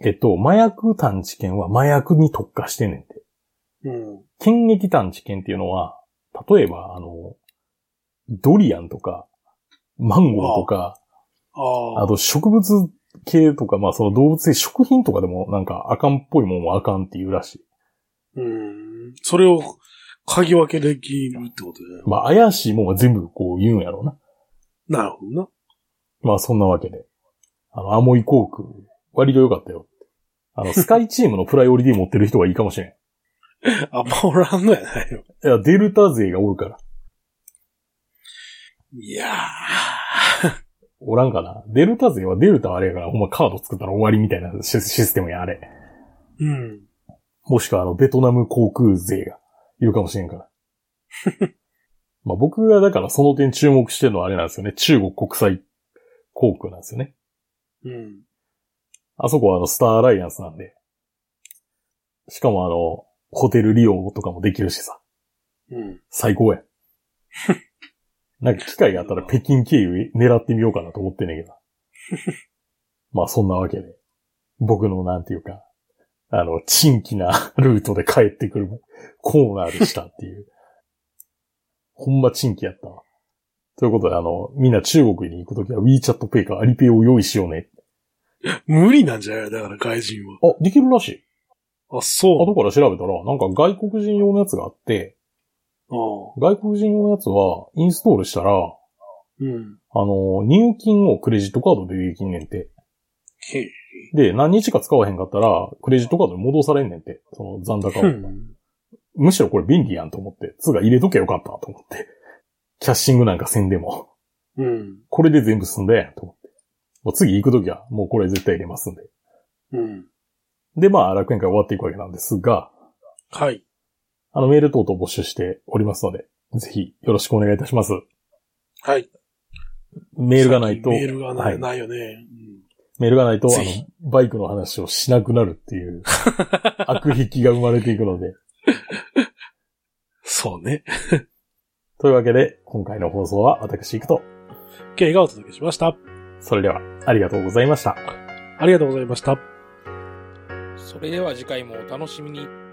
[SPEAKER 1] えっと、麻薬探知犬は麻薬に特化してんねんて。
[SPEAKER 2] うん。
[SPEAKER 1] 検疫探知犬っていうのは、例えば、あの、ドリアンとか、マンゴーとか、
[SPEAKER 2] あ
[SPEAKER 1] あ
[SPEAKER 2] あ。
[SPEAKER 1] と植物系とか、まあその動物性食品とかでもなんかあかんっぽいもんはあかんっていうらしい。
[SPEAKER 2] うん。それを、嗅ぎ分けできるってことだよね。
[SPEAKER 1] まあ怪しいもんは全部こう言うんやろうな。
[SPEAKER 2] なるほどな。
[SPEAKER 1] まあそんなわけで。あの、アモイ航空、割と良かったよ。あの、スカイチームのプライオリティ持ってる人がいいかもしれん。
[SPEAKER 2] あんまおらんのやないよ。
[SPEAKER 1] いや、デルタ勢がおるから。
[SPEAKER 2] いや
[SPEAKER 1] おらんかな。デルタ勢はデルタあれやから、ほんまカード作ったら終わりみたいなシスシステムや、あれ。
[SPEAKER 2] ー。うん。
[SPEAKER 1] もしくはあの、ベトナム航空勢がいるかもしれんから。まあ僕がだからその点注目してるのはあれなんですよね。中国国際航空なんですよね。
[SPEAKER 2] うん。
[SPEAKER 1] あそこはあの、スターアライアンスなんで。しかもあの、ホテル利用とかもできるしさ、
[SPEAKER 2] うん。
[SPEAKER 1] 最高や。 <laughs> なんか機会があったら北京経由狙ってみようかなと思ってんねんけど。まあそんなわけで、僕のなんていうか、あの、珍奇な <laughs> ルートで帰ってくるコーナーでしたっていう。ほんま珍奇やったわ。ということで、あの、みんな中国に行くときは WeChat Pay かアリペイを用意しようね。
[SPEAKER 2] 無理なんじゃないだから外人
[SPEAKER 1] あ、できるらしい。
[SPEAKER 2] は。あ、そう。
[SPEAKER 1] 後から調べたら、なんか外国人用のやつがあって、
[SPEAKER 2] ああ。
[SPEAKER 1] 外国人用のやつはインストールしたら、あ
[SPEAKER 2] うん。
[SPEAKER 1] の、入金をクレジットカードでできんねんて。
[SPEAKER 2] へえ。
[SPEAKER 1] で、何日か使わへんかったら、クレジットカードに戻されんねんて。その残高
[SPEAKER 2] う
[SPEAKER 1] を。
[SPEAKER 2] ん。
[SPEAKER 1] むしろこれ便利やんと思って。つうか入れとけよかったと思って。キャッシングなんかせんでも。
[SPEAKER 2] うん。
[SPEAKER 1] これで全部済んだやんと思って。もう次行くときは、もうこれ絶対入れますんで。
[SPEAKER 2] うん。
[SPEAKER 1] で、まあ、楽園会終わっていくわけなんですが、
[SPEAKER 2] はい。
[SPEAKER 1] あの、メール等々募集しておりますので、ぜひよろしくお願いいたします。
[SPEAKER 2] はい。
[SPEAKER 1] メールがないと、
[SPEAKER 2] メールがな,、
[SPEAKER 1] はいい、
[SPEAKER 2] ないよね。
[SPEAKER 1] メールがないと、あ
[SPEAKER 2] ぜひ
[SPEAKER 1] の、バイクの話をしなくなるって
[SPEAKER 2] <laughs>
[SPEAKER 1] いう、悪癖が生まれていくので。
[SPEAKER 2] そうね。
[SPEAKER 1] というわけで、今回の放送は私行くと、
[SPEAKER 2] K がお届けしました。
[SPEAKER 1] それでは、ありがとうございました。
[SPEAKER 2] ありがとうございました。
[SPEAKER 3] それでは次回もお楽しみに。